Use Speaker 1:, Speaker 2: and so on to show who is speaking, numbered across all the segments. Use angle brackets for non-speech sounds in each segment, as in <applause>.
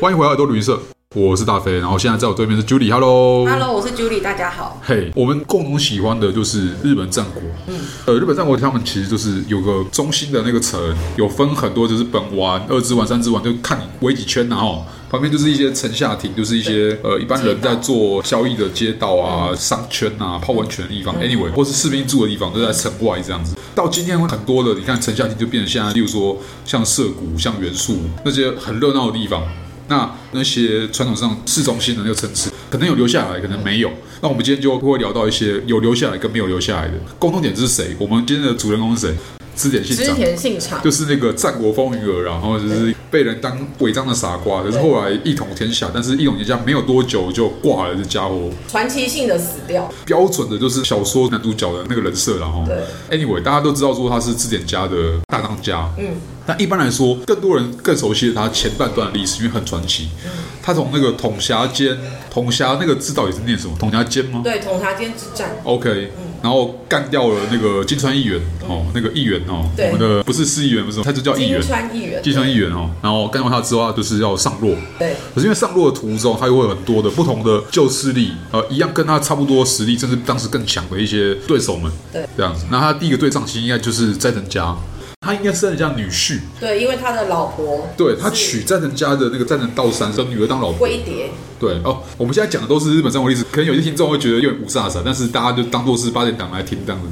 Speaker 1: 欢迎回到耳朵旅社，我是大飞，然后现在在我对面是 Judy，Hello。
Speaker 2: Hello，我是 Julie，大家好。
Speaker 1: 嘿我们共同喜欢的就是日本战国。嗯，呃，日本战国他们其实就是有个中心的那个城，有分很多，就是本丸、二之丸、三之丸，就看你围几圈呐、啊、哦。旁边就是一些城下町，就是一些呃一般人在做交易的街道啊、商圈啊、泡温泉的地方、a n y w a y 或是士兵住的地方，都在城外这样子。到今天很多的，你看城下町就变成现在，例如说像涩谷、像元素那些很热闹的地方，那那些传统上市中心的那个城市，可能有留下来，可能没有。那我们今天就会聊到一些有留下来跟没有留下来的共同点是谁？我们今天的主人公是谁？织田信
Speaker 2: 织
Speaker 1: 长。
Speaker 2: 田信长
Speaker 1: 就是那个战国风云儿，然后就是被人当违章的傻瓜，可是后来一统天下，但是一统天下没有多久就挂了，这家伙
Speaker 2: 传奇性的死掉，
Speaker 1: 标准的就是小说男主角的那个人设，然后，anyway，大家都知道说他是字典家的大当家，嗯，但一般来说，更多人更熟悉他前半段的历史，因为很传奇。
Speaker 2: 嗯
Speaker 1: 他从那个统辖间，统辖那个字到底是念什么？统辖间吗？
Speaker 2: 对，嗯统辖间之战，
Speaker 1: OK，然后干掉了那个金川议员哦，那个议员哦，
Speaker 2: 嗯对
Speaker 1: 我们的不是市议员，不是，他就叫议
Speaker 2: 金
Speaker 1: 员，
Speaker 2: 川议员，
Speaker 1: 金川议员哦，然后干掉他之后，他就是要上洛。
Speaker 2: 对，
Speaker 1: 可是因为上路的途中，他又会有很多的不同的旧势力，呃，一样跟他差不多实力，甚至当时更强的一些对手们，
Speaker 2: 对，
Speaker 1: 这样子。那他第一个对仗其实应该就是斋藤家，他应该是斋藤家女婿，
Speaker 2: 对，因为他的老婆
Speaker 1: 对他
Speaker 2: 是
Speaker 1: 娶斋藤家的那个斋藤道三的女儿当老婆，
Speaker 2: 龟蝶，
Speaker 1: 对哦，我们现在讲的都是日本战国历史，可能有些听众会觉得有点无煞煞，但是大家就当做是八点档来听这样子。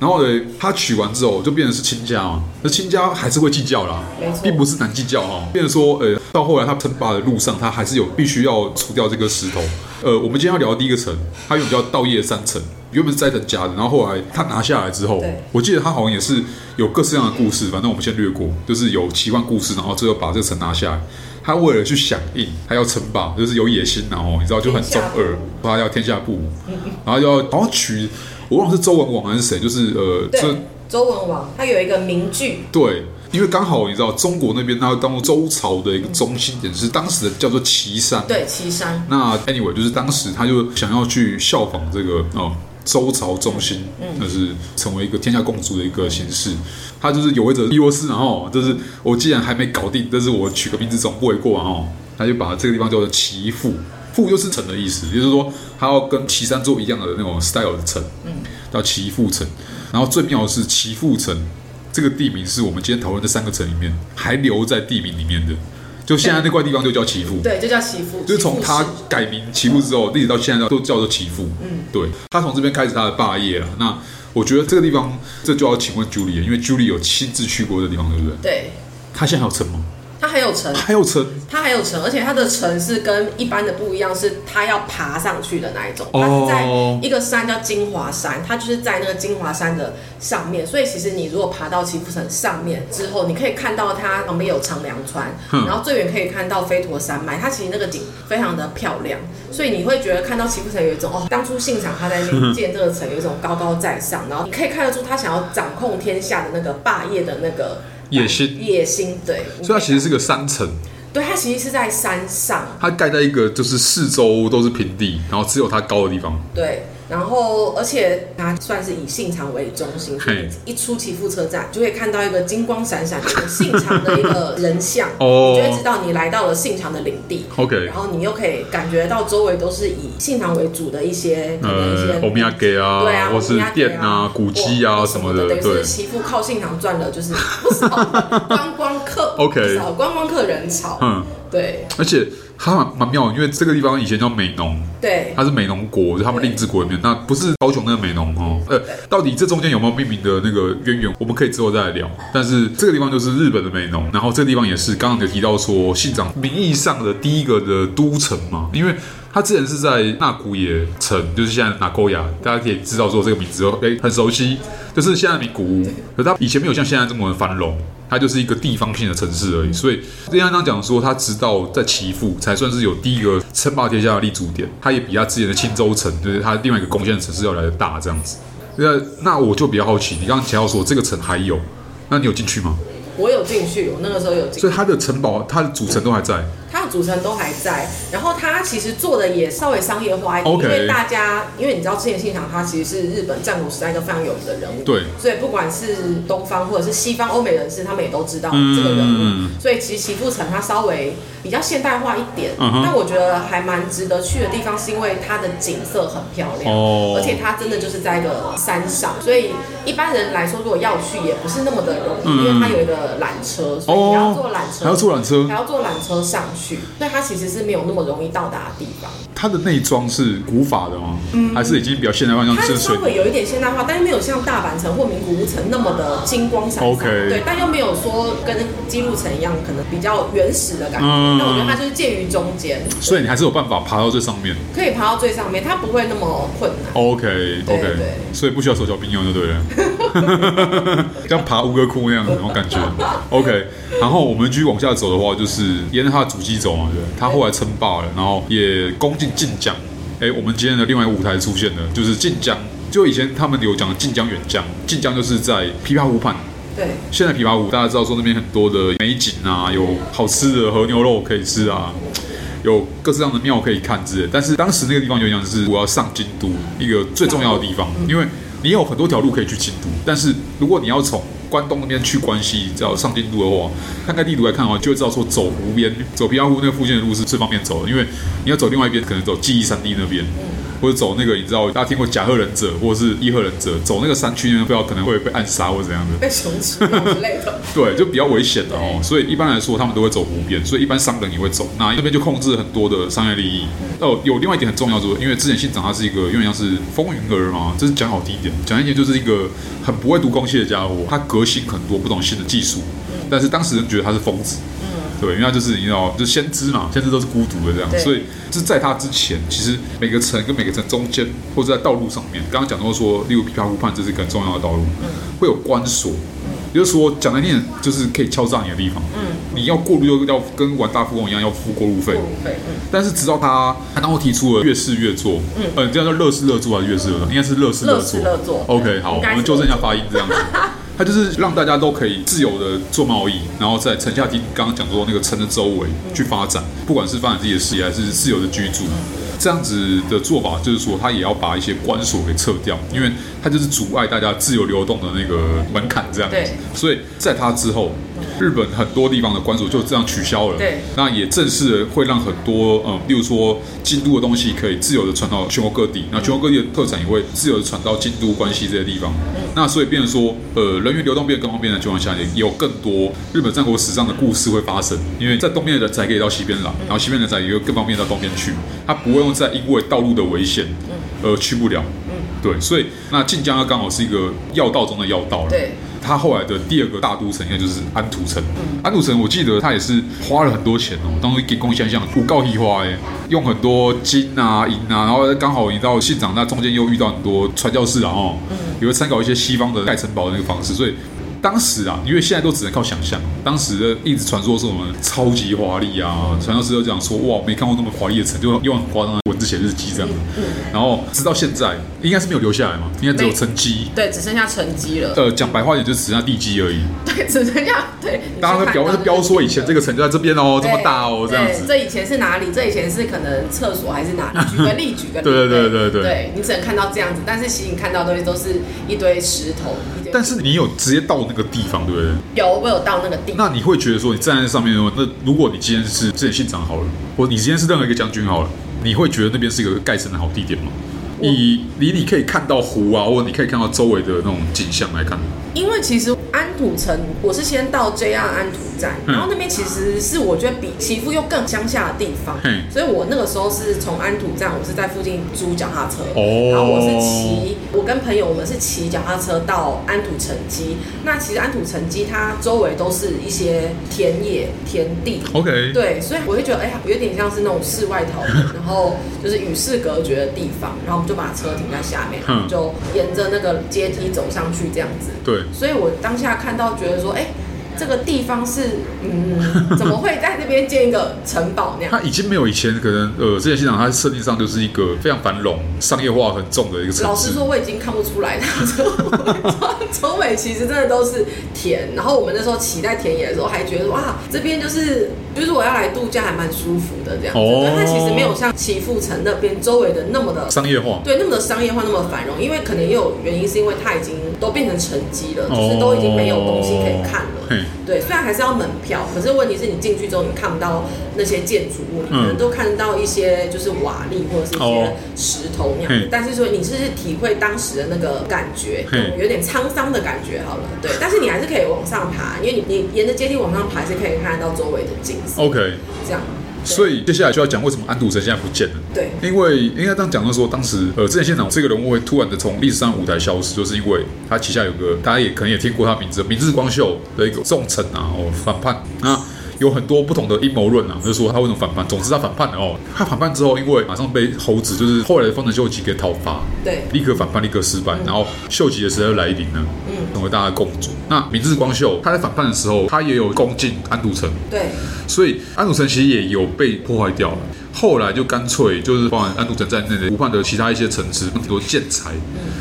Speaker 1: 然后呢，他娶完之后就变成是亲家嘛，那亲家还是会计较啦
Speaker 2: 没，错
Speaker 1: 并不是难计较哦。变成说，呃，到后来他称霸的路上，他还是有必须要除掉这个石头。呃，我们今天要聊的第一个城，它原本叫稻叶山城，原本是斋藤家的，然后后来他拿下来之后
Speaker 2: 对，
Speaker 1: 我记得他好像也是有各式各样的故事，反正我们先略过，就是有奇幻故事，然后最后把这个城拿下来。他为了去响应，他要称霸，就是有野心，然后你知道就很中二，他要天下布武，
Speaker 2: 嗯
Speaker 1: 然后要好像娶，我忘了是周文王还是谁，就是呃，这
Speaker 2: 对，周文王，他有一个名句，
Speaker 1: 对，因为刚好你知道中国那边他当做周朝的一个中心点是当时的叫做岐山，
Speaker 2: 对，岐山，
Speaker 1: 那 anyway，就是当时他就想要去效仿这个哦周朝中心，就是成为一个天下共主的一个形式。他就是有为者亦若是，然后哦就是我既然还没搞定，但是我取个名字总不为过啊哦。他就把这个地方叫做齐富，富就是城的意思，也就是说他要跟岐山做一样的那种 style 的城，叫齐富城。然后最妙的是齐富城这个地名是我们今天讨论这三个城里面还留在地名里面的，就现在那块地方就叫齐富。
Speaker 2: 对，就叫岐阜，
Speaker 1: 就是从他改名齐父之后，一直到现在都叫做齐父。嗯，对，他从这边开始他的霸业了。那我觉得这个地方，这就要请问 Julie，了因为 Julie 有亲自去过这地方，对不对？
Speaker 2: 对，
Speaker 1: 他现在还有城吗？
Speaker 2: 他还有城，
Speaker 1: 还有城
Speaker 2: 他还有城，而且他的城是跟一般的不一样，是他要爬上去的那一种。
Speaker 1: 哦
Speaker 2: 他是在一个山叫金华山，他就是在那个金华山的上面。所以其实你如果爬到祈福城上面之后，你可以看到它旁边有长梁川，
Speaker 1: 嗯
Speaker 2: 然后最远可以看到飞驼山脉。它其实那个景非常的漂亮，所以你会觉得看到祈福城有一种哦，当初信长他在那边建这个城，有一种高高在上，然后你可以看得出他想要掌控天下的那个霸业的那个
Speaker 1: 野心，
Speaker 2: 野心。对，
Speaker 1: 所以它其实是个山城，
Speaker 2: 对，它其实是在山上，
Speaker 1: 它盖在一个就是四周都是平地，然后只有它高的地方。
Speaker 2: 对。然后，而且它算是以信长为中心，所以
Speaker 1: 嘿
Speaker 2: 一出岐阜车站就会看到一个金光闪闪的一个信长的一个人像，
Speaker 1: <laughs> 哦
Speaker 2: 你就会知道你来到了信长的领地。
Speaker 1: OK，
Speaker 2: 然后你又可以感觉到周围都是以信长为主的一些可能一些
Speaker 1: 呃，欧米亚给啊，
Speaker 2: 对啊，
Speaker 1: 或是
Speaker 2: 我们家
Speaker 1: 店啊、
Speaker 2: 对
Speaker 1: 古迹啊
Speaker 2: 或
Speaker 1: 什
Speaker 2: 什
Speaker 1: 么的，
Speaker 2: 等于
Speaker 1: 对
Speaker 2: 是。媳妇靠信长赚了，就是不
Speaker 1: <laughs>
Speaker 2: 少观光客
Speaker 1: OK
Speaker 2: 不少观光客人潮，
Speaker 1: 嗯，
Speaker 2: 对
Speaker 1: 而且它蛮蛮妙的，因为这个地方以前叫美浓，
Speaker 2: 对，
Speaker 1: 它是美浓国，就是他们令制国里面，那不是高雄那个美浓哦。呃，到底这中间有没有命名的那个渊源，我们可以之后再来聊。但是这个地方就是日本的美浓，然后这个地方也是刚刚有提到说，信长名义上的第一个的都城嘛，因为。他之前是在那古野城，就是现在那沟雅，大家可以知道说这个名字，哎，很熟悉，就是现在名古屋。可它以前没有像现在这么繁荣，它就是一个地方性的城市而已。所以，就像刚讲说，他直到在岐阜才算是有第一个称霸天下的立足点，他也比他之前的青州城，就是他另外一个攻陷的城市要来的大这样子。那那我就比较好奇，你刚刚提到说这个城还有，那你有进去吗？
Speaker 2: 我有进去，我那个时候有进去
Speaker 1: 所以它的城堡、它的主城都还在。
Speaker 2: 它的组成都还在，然后它其实做的也稍微商业化一点
Speaker 1: OK
Speaker 2: 因为大家因为你知道之前信长他其实是日本战国时代一个非常有名的人物，
Speaker 1: 对，
Speaker 2: 所以不管是东方或者是西方欧美人士，他们也都知道这个人物，
Speaker 1: 嗯
Speaker 2: 所以其实岐阜城它稍微比较现代化一点，
Speaker 1: 嗯哼
Speaker 2: 但我觉得还蛮值得去的地方，是因为它的景色很漂亮。
Speaker 1: 哦
Speaker 2: 而且它真的就是在一个山上，所以一般人来说，如果要去也不是那么的容易，因为它有一个缆车，所以你要坐缆车，
Speaker 1: 嗯哦还要坐缆车
Speaker 2: 还，要坐缆车上去，所以它其实是没有那么容易到达的地方。
Speaker 1: 它的内装是古法的吗？还是已经比较现代化，像
Speaker 2: 它
Speaker 1: 嗯是
Speaker 2: 稍
Speaker 1: 水
Speaker 2: 微有一点现代化，但是没有像大阪城或名古屋城那么的金光闪闪。
Speaker 1: OK
Speaker 2: 对，但又没有说跟姬路城一样，可能比较原始的感觉。
Speaker 1: 嗯
Speaker 2: 但我觉得它就是介于中间，
Speaker 1: 所以你还是有办法爬到最上面。
Speaker 2: 可以爬到最上面，它不会那么困难。
Speaker 1: OK
Speaker 2: 对
Speaker 1: OK，
Speaker 2: 对
Speaker 1: 所以不需要手脚并用就对了， <laughs> 像爬吴哥窟那样子那种感觉。OK，然后我们继续往下走的话，就是沿着他的足迹走嘛，对不对，他后来称霸了，然后也攻进晋江。哎，我们今天的另外一个舞台出现了，就是晋江。就以前他们有讲晋江远江，晋江就是在琵琶湖畔。
Speaker 2: 对，
Speaker 1: 现在琵琶湖大家知道说那边很多的美景啊，有好吃的和牛肉可以吃啊，有各式各样的庙可以看之类的。但是当时那个地方就像是呃我要上京都一个最重要的地方，因为你有很多条路可以去京都，但是如果你要从关东那边去关西，只要上京都的话，看看地图来看的话，就会知道说走湖边、走琵琶湖那附近的路是最方便走的，因为你要走另外一边，可能走记忆山地那边。或者走那个，你知道大家听过甲贺忍者或者是伊贺忍者，走那个山区那边，不知道可能会被暗杀或怎样的。
Speaker 2: 被熊吃掉之
Speaker 1: <laughs>
Speaker 2: 类的。
Speaker 1: 对，就比较危险的哦。所以一般来说，他们都会走湖边，所以一般商人也会走。那这边就控制很多的商业利益。哦，有另外一点很重要，就是因为之前信长他是一个有点像是风云儿嘛，这是讲好听一点，讲一点就是一个很不会读空气的家伙，他革新很多不同新的技术，但是当时人觉得他是疯子。对，因为他就是你知道，就是先知嘛，先知都是孤独的这样，
Speaker 2: 对
Speaker 1: 所以是在他之前，其实每个城跟每个城中间，或者在道路上面，刚刚讲到说，例如琵琶湖畔，这是一个很重要的道路，会有关锁，也就是说讲难听点，就是可以敲诈你的地方，你要过路就要跟玩大富翁一样要付过路费，
Speaker 2: 对，嗯
Speaker 1: 但是直到他他然后提出了越试越做，嗯，呃，这样叫乐事乐做还是越事乐做？应该是乐事乐做。
Speaker 2: 乐事乐做
Speaker 1: OK，好，
Speaker 2: 应
Speaker 1: 我
Speaker 2: 该是
Speaker 1: 们纠正一下发音，这
Speaker 2: <laughs>
Speaker 1: 样子。他就是让大家都可以自由的做贸易，然后在城下町刚刚讲说那个城的周围去发展，
Speaker 2: 嗯
Speaker 1: 不管是发展自己的事业还是自由的居住，这样子的做法就是说，他也要把一些关锁给撤掉，因为他就是阻碍大家自由流动的那个门槛这样子
Speaker 2: 对。
Speaker 1: 所以在他之后，日本很多地方的关锁就这样取消了。
Speaker 2: 对
Speaker 1: 那也正式会让很多嗯，例如说京都的东西可以自由的传到全国各地，那
Speaker 2: 嗯
Speaker 1: 全国各地的特产也会自由的传到京都、关西这些地方。
Speaker 2: 嗯
Speaker 1: 那所以变成说，呃，人员流动变得更方便的情况下，也有更多日本战国史上的故事会发生，因为在东边的人才可以到西边来，
Speaker 2: 嗯
Speaker 1: 然后西边的人才也会更方便到东边去，他不会用再因为道路的危险
Speaker 2: 嗯
Speaker 1: 而去不了。对，所以那晋江刚好是一个要道中的要道了。
Speaker 2: 对。
Speaker 1: 他后来的第二个大都城应该就是安土城。安土城，我记得他也是花了很多钱哦，当时给贡献像五告一花哎，用很多金啊银啊，然后刚好你到信长那中间又遇到很多传教士啊哦，也会参考一些西方的盖城堡的那个方式，所以。当时啊，因为现在都只能靠想象，当时的一直传说是我们超级华丽啊，传教士都讲说哇，没看过那么华丽的城，就用很夸张的文字写日记这样。然后直到现在，应该是没有留下来嘛，应该只有
Speaker 2: 没
Speaker 1: 成绩。
Speaker 2: 对，只剩下成绩了。
Speaker 1: 呃，讲白话一点，就只剩下地基而已。
Speaker 2: 对，只剩下对。
Speaker 1: 大家
Speaker 2: 你
Speaker 1: 会
Speaker 2: 去看
Speaker 1: 标会
Speaker 2: 到
Speaker 1: 标说以前这个城就在这边哦，这么大哦，这
Speaker 2: 对
Speaker 1: 样
Speaker 2: 对
Speaker 1: 子。
Speaker 2: 这以前是哪里？这以前是可能厕所还是哪里？举个例，举个例。
Speaker 1: <laughs> 对对对对对
Speaker 2: 对你只能看到这样子，但是其实你看到的东西都是一堆石头。一堆
Speaker 1: 但是你有直接到那个地方，对不对？
Speaker 2: 有我有到那个地，
Speaker 1: 那你会觉得说，你站在上面的话，那如果你今天是之前信长好了，或你今天是任何一个将军好了，你会觉得那边是一个盖城的好地点吗？以以你可以看到湖啊，或者你可以看到周围的那种景象来看，
Speaker 2: 因为其实安土城我是先到 JR 安土站，
Speaker 1: 嗯
Speaker 2: 然后那边其实是我觉得比岐阜又更乡下的地方
Speaker 1: 嘿，
Speaker 2: 所以我那个时候是从安土站，我是在附近租脚踏车，
Speaker 1: 哦
Speaker 2: 然后我是骑，我跟朋友我们是骑脚踏车到安土城基。那其实安土城基它周围都是一些田野田地。
Speaker 1: OK，
Speaker 2: 对，所以我会觉得，哎呀，有点像是那种世外桃源，然后就是与世隔绝的地方，然后我们就把车停在下面，
Speaker 1: 嗯
Speaker 2: 就沿着那个阶梯走上去这样子。
Speaker 1: 对，
Speaker 2: 所以我当下看到觉得说，哎、这个地方是，嗯，怎么会在那边建一个城堡那
Speaker 1: <laughs>
Speaker 2: 样。
Speaker 1: 它已经没有以前可能呃，之前现场它设定上就是一个非常繁荣、商业化很重的一个城
Speaker 2: 老
Speaker 1: 市
Speaker 2: 实。说，我已经看不出来了。中美其实真的都是田，然后我们那时候骑在田野的时候，还觉得哇，这边就是就是我要来度假，还蛮舒服的这样子。
Speaker 1: 哦
Speaker 2: 但它其实没有像岐阜城那边周围的那么的
Speaker 1: 商业化，
Speaker 2: 对，那么的商业化，那么繁荣，因为可能也有原因，是因为它已经都变成城基了，就是都已经没有东西可以看
Speaker 1: 哦
Speaker 2: 了。
Speaker 1: 嘿
Speaker 2: 对，虽然还是要门票，可是问题是你进去之后，你看不到那些建筑物，你可能
Speaker 1: 嗯
Speaker 2: 都看到一些就是瓦砾或者是一
Speaker 1: 哦
Speaker 2: 些石头那样。
Speaker 1: 嘿
Speaker 2: 但是说你是体会当时的那个感觉
Speaker 1: 嘿，
Speaker 2: 有点沧桑的感觉好了。对，但是你还是可以往上爬，因为你你沿着阶梯往上爬，还是可以看得到周围的景色。
Speaker 1: ，OK。
Speaker 2: 这样，
Speaker 1: 所以接下来就要讲为什么安徒生现在不见了。
Speaker 2: 对，
Speaker 1: 因为应该这样讲，就是说当时呃，之前现场这个人物会突然的从历史上舞台消失，就是因为他旗下有个大家也可能也听过他名字，明治光秀的一个重臣啊，哦反叛那。有很多不同的阴谋论啊，就是说他为什么反叛。总之他反叛了哦，他反叛之后，因为马上被猴子，就是后来的丰臣秀吉给讨伐，
Speaker 2: 对
Speaker 1: 立刻反叛，立刻失败。然后秀吉的时代又来临了，嗯，成为大家的共主。那明治光秀他在反叛的时候，他也有攻进安徒城，
Speaker 2: 对，
Speaker 1: 所以安徒生其实也有被破坏掉了。后来就干脆就是包含安徒生在内的武汉的其他一些城市，很多建材，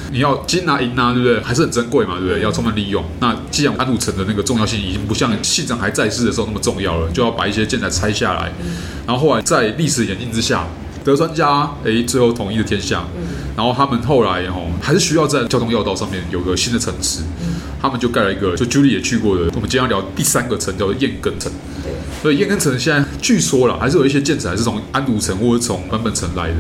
Speaker 1: 你要金啊银啊，对不对？还是很珍贵嘛，对不对？要充分利用。啊那既然安徒城的那个重要性已经不像县长还在世的时候那么重要了，就要把一些建材拆下来。然后后来在历史演进之下，德川家诶最后统一了天下，然后他们后来哦还是需要在交通要道上面有个新的城池，他们就盖了一个，就 Julie 也去过的，我们今天要聊第三个城叫做燕根城。
Speaker 2: 对。
Speaker 1: 所以燕根城现在据说了，还是有一些建材是从安徒城或者从版本城来的，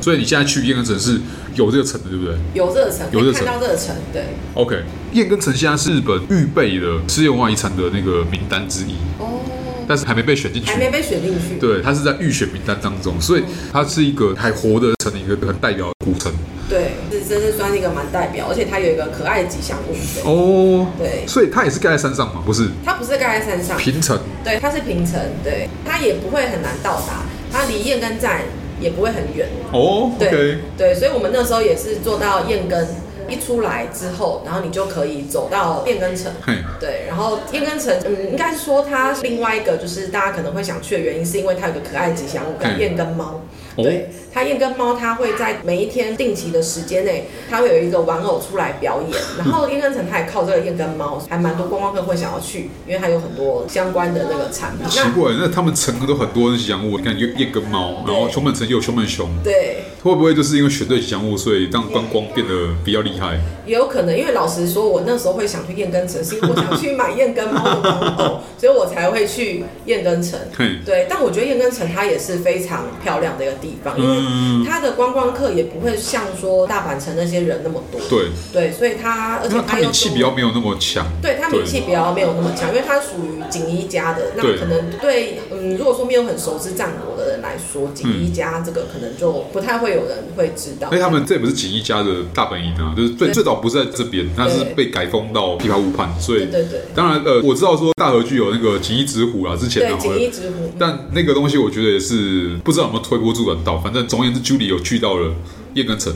Speaker 1: 所以你现在去燕根城是有这个城的，对不对
Speaker 2: 有热忱，
Speaker 1: 有
Speaker 2: 可以
Speaker 1: 热
Speaker 2: 看
Speaker 1: 忱
Speaker 2: 到热忱，对，
Speaker 1: ？OK，燕根城现在是日本预备的世界文化遗产的那个名单之一，
Speaker 2: 哦，
Speaker 1: 但是还没被选进去
Speaker 2: 还。没被选进去，
Speaker 1: 对，它是在预选名单当中，所以它是一个还活的城，一个很代表的古城
Speaker 2: 对，这真是算是一个蛮代表，而且它有一个可爱的吉祥物，对，
Speaker 1: 哦。
Speaker 2: 对
Speaker 1: 所以它也是盖在山上嘛，不是
Speaker 2: 它不是盖在山上，
Speaker 1: 平城
Speaker 2: 对，它是平层，对，它也不会很难到达，它离燕根站也不会很远，
Speaker 1: 哦。
Speaker 2: 对
Speaker 1: OK，
Speaker 2: 对，所以我们那时候也是坐到燕根一出来之后，然后你就可以走到燕根城。
Speaker 1: 嘿，
Speaker 2: 对，然后燕根城，嗯，应该是说它另外一个就是大家可能会想去的原因，是因为它有个可爱的吉祥物，叫
Speaker 1: 嗯
Speaker 2: 燕根猫。
Speaker 1: 哦
Speaker 2: 对，它燕根猫，它会在每一天定期的时间内，它会有一个玩偶出来表演。然后燕根城它也靠这个燕根猫，还蛮多观光客会想要去，因为它有很多相关的那个产品。
Speaker 1: 奇
Speaker 2: 那
Speaker 1: 怪，那他们城都很多人吉祥物，你看有燕跟猫，然后熊本城也有熊本熊，
Speaker 2: 对，
Speaker 1: 会不会就是因为选对吉祥物，所以让观光变得比较厉害？
Speaker 2: 也有可能，因为老实说，我那时候会想去燕根城，是因为我想去买燕根猫的玩
Speaker 1: <laughs>
Speaker 2: 偶，所以我才会去燕根城。
Speaker 1: 嘿，
Speaker 2: 对，但我觉得燕根城它也是非常漂亮的一个地方，因为
Speaker 1: 嗯
Speaker 2: 它的观光客也不会像说大阪城那些人那么多。
Speaker 1: 对，
Speaker 2: 对，所以它而且
Speaker 1: 那他
Speaker 2: 它又
Speaker 1: 名气
Speaker 2: 是
Speaker 1: 比较没有那么强，
Speaker 2: 对它名气比较没有那么强，因为它属于锦衣家的，那
Speaker 1: 对
Speaker 2: 可能对嗯，如果说没有很熟知战国的人来说，锦
Speaker 1: 嗯
Speaker 2: 衣家这个可能就不太会有人会知道。
Speaker 1: 而且他们这也不是锦衣家的大本营啊，就是最
Speaker 2: 对
Speaker 1: 最早不是在这边，它是被改封到琵琶湖畔，所
Speaker 2: 对
Speaker 1: 以
Speaker 2: 对对
Speaker 1: 当然呃，我知道说大和剧有那个锦衣直虎啊啦，之前
Speaker 2: 对，
Speaker 1: 然后
Speaker 2: 锦衣之虎。
Speaker 1: 但那个东西我觉得也是不知道有没有推波助澜到，反正总而言之，Julie 有去到了燕根城，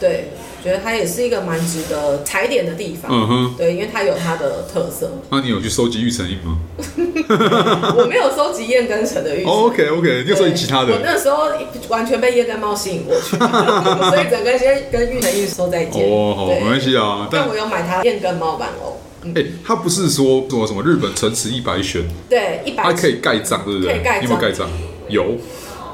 Speaker 2: 对，觉得它也是一个蛮值得踩点的地方。
Speaker 1: 嗯哼，
Speaker 2: 对，因为它有它的特色。
Speaker 1: 那你有去收集玉成印吗
Speaker 2: 我没有收集燕根城的玉石。
Speaker 1: ？OK OK，你有收哦集其他
Speaker 2: 我
Speaker 1: 的？
Speaker 2: 那时候完全被燕根猫吸引过去， <laughs> 所以整个先跟玉成玉说再见。
Speaker 1: 哦，好，
Speaker 2: 对
Speaker 1: 没关系啊，但
Speaker 2: 但我有买它燕根猫玩偶，嗯
Speaker 1: 哎、他不是说说什么日本城池一百选，
Speaker 2: 对，一
Speaker 1: 他
Speaker 2: 百
Speaker 1: 啊可以盖章，对不对？
Speaker 2: 可以盖章
Speaker 1: 你有没有盖章？有，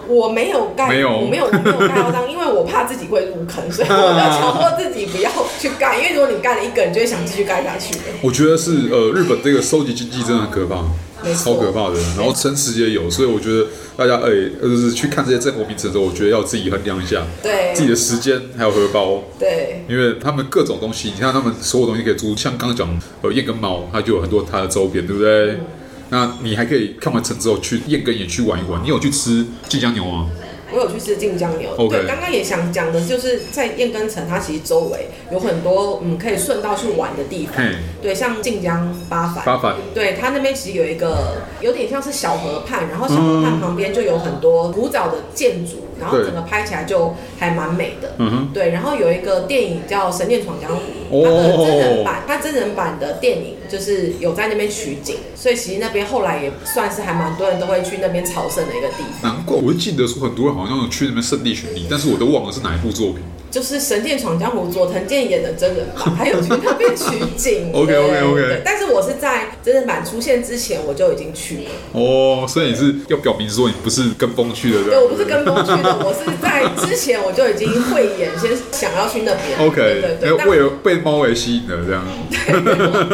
Speaker 2: 我没有盖，
Speaker 1: 没有
Speaker 2: 我没有，我没有盖到章， <laughs> 因为我怕自己会入坑，
Speaker 1: <laughs>
Speaker 2: 所以我就强迫自己不要去盖，因为如果你盖了一个，你就会想继续盖下去。
Speaker 1: 我觉得是呃，日本这个收集经济真的很可怕
Speaker 2: 没，错
Speaker 1: 超可怕的。然后城池也有，所以我觉得大家哎、就是去看这些战国名城的时候，我觉得要自己衡量一下
Speaker 2: 对
Speaker 1: 自己的时间还有荷包。
Speaker 2: 对
Speaker 1: 因为他们各种东西，你看他们所有东西可以租，像刚刚讲呃燕跟猫，它就有很多它的周边，对不对？
Speaker 2: 嗯
Speaker 1: 那你还可以看完城之后去燕跟也去玩一玩。你有去吃晋江牛啊吗？
Speaker 2: 我有去吃晋江牛
Speaker 1: OK
Speaker 2: 对，刚刚也想讲的就是在燕根城，它其实周围有很多嗯可以顺道去玩的地方
Speaker 1: 嘿，
Speaker 2: 对，像晋江八反，
Speaker 1: 八反
Speaker 2: 对，它那边其实有一个有点像是小河畔，然后小河畔旁边就有很多古早的建筑，然
Speaker 1: 嗯
Speaker 2: 后
Speaker 1: 对
Speaker 2: 整个拍起来就还蛮美的。
Speaker 1: 嗯哼，
Speaker 2: 对，然后有一个电影叫《神剑闯江湖》，它的真人
Speaker 1: 哦，
Speaker 2: 版，它真人版的电影就是有在那边取景，所以其实那边后来也算是还蛮多人都会去那边朝圣的一个地方，
Speaker 1: 难怪我记得说很多人好像有去那边圣地巡礼，但是我都忘了是哪一部作品。。
Speaker 2: 就是《神剑闯江湖》佐藤健演的真人版，还有去那边取景
Speaker 1: OK， <laughs>
Speaker 2: 对
Speaker 1: OK，OK
Speaker 2: 对但是我是在真人版出现之前我就已经去了，
Speaker 1: 哦，所以你是要表明说你不是跟风去的，
Speaker 2: 对
Speaker 1: 对
Speaker 2: 我不是跟风去的，我是在之前我就已经慧眼先想要去那边。对对
Speaker 1: OK，哎
Speaker 2: 对，但
Speaker 1: 为了被猫给吸引了这样。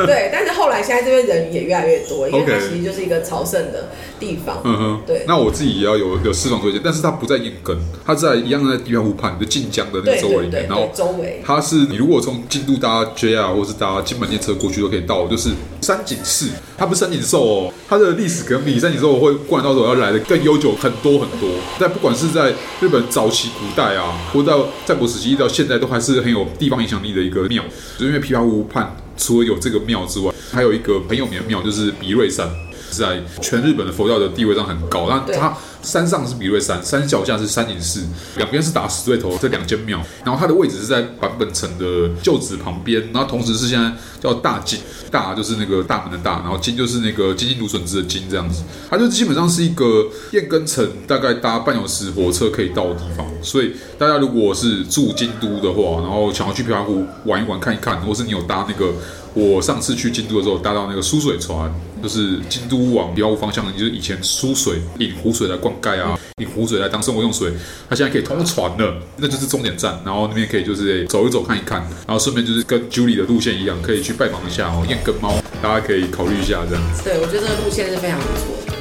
Speaker 2: 对，但是后来现在这边人也越来越多，因为它
Speaker 1: OK
Speaker 2: 其实就是一个朝圣的地方。
Speaker 1: 嗯哼，
Speaker 2: 对
Speaker 1: 那我自己也要有有私房推荐，但是它不在燕根，它在一样在圆湖畔的晋江的那个
Speaker 2: 对
Speaker 1: 周围
Speaker 2: 对
Speaker 1: 里
Speaker 2: 对
Speaker 1: 面，然后
Speaker 2: 对，周围
Speaker 1: 它是你如果从京都搭 JR 或是搭金门列车过去都可以到，就是三井寺，它不是三井寿哦，它的历史可能比三井寿会灌到手要来的更悠久很多很多。但不管是在日本早期古代啊，或到战国时期一直到现在，都还是很有地方影响力的一个庙，就是因为琵琶湖畔除了有这个庙之外，还有一个很有名的庙就是比瑞山。是在全日本的佛教的地位上很高，那
Speaker 2: 对
Speaker 1: 它山上是比瑞山，山脚下是三井寺，两边是打死对头这两间庙，然后它的位置是在坂本城的旧址旁边，然后同时是现在叫大井，大就是那个大门的大，然后金就是那个金金芦笋枝的金这样子，它就基本上是一个燕根城大概搭半小时火车可以到的地方，所以大家如果是住京都的话，然后想要去琵琶湖玩一玩看一看，或是你有搭那个我上次去京都的时候搭到那个疏水船，就是京都往琵琶湖方向，就是以前疏水引湖水来灌溉啊，引湖水来当生活用水，它现在可以通船了，那就是终点站，然后那边可以就是哎走一走看一看，然后顺便就是跟 Julie 的路线一样，可以去拜访一下哦，燕跟猫，大家可以考虑一下这样子。
Speaker 2: 对我觉得这个路线是非常不错的。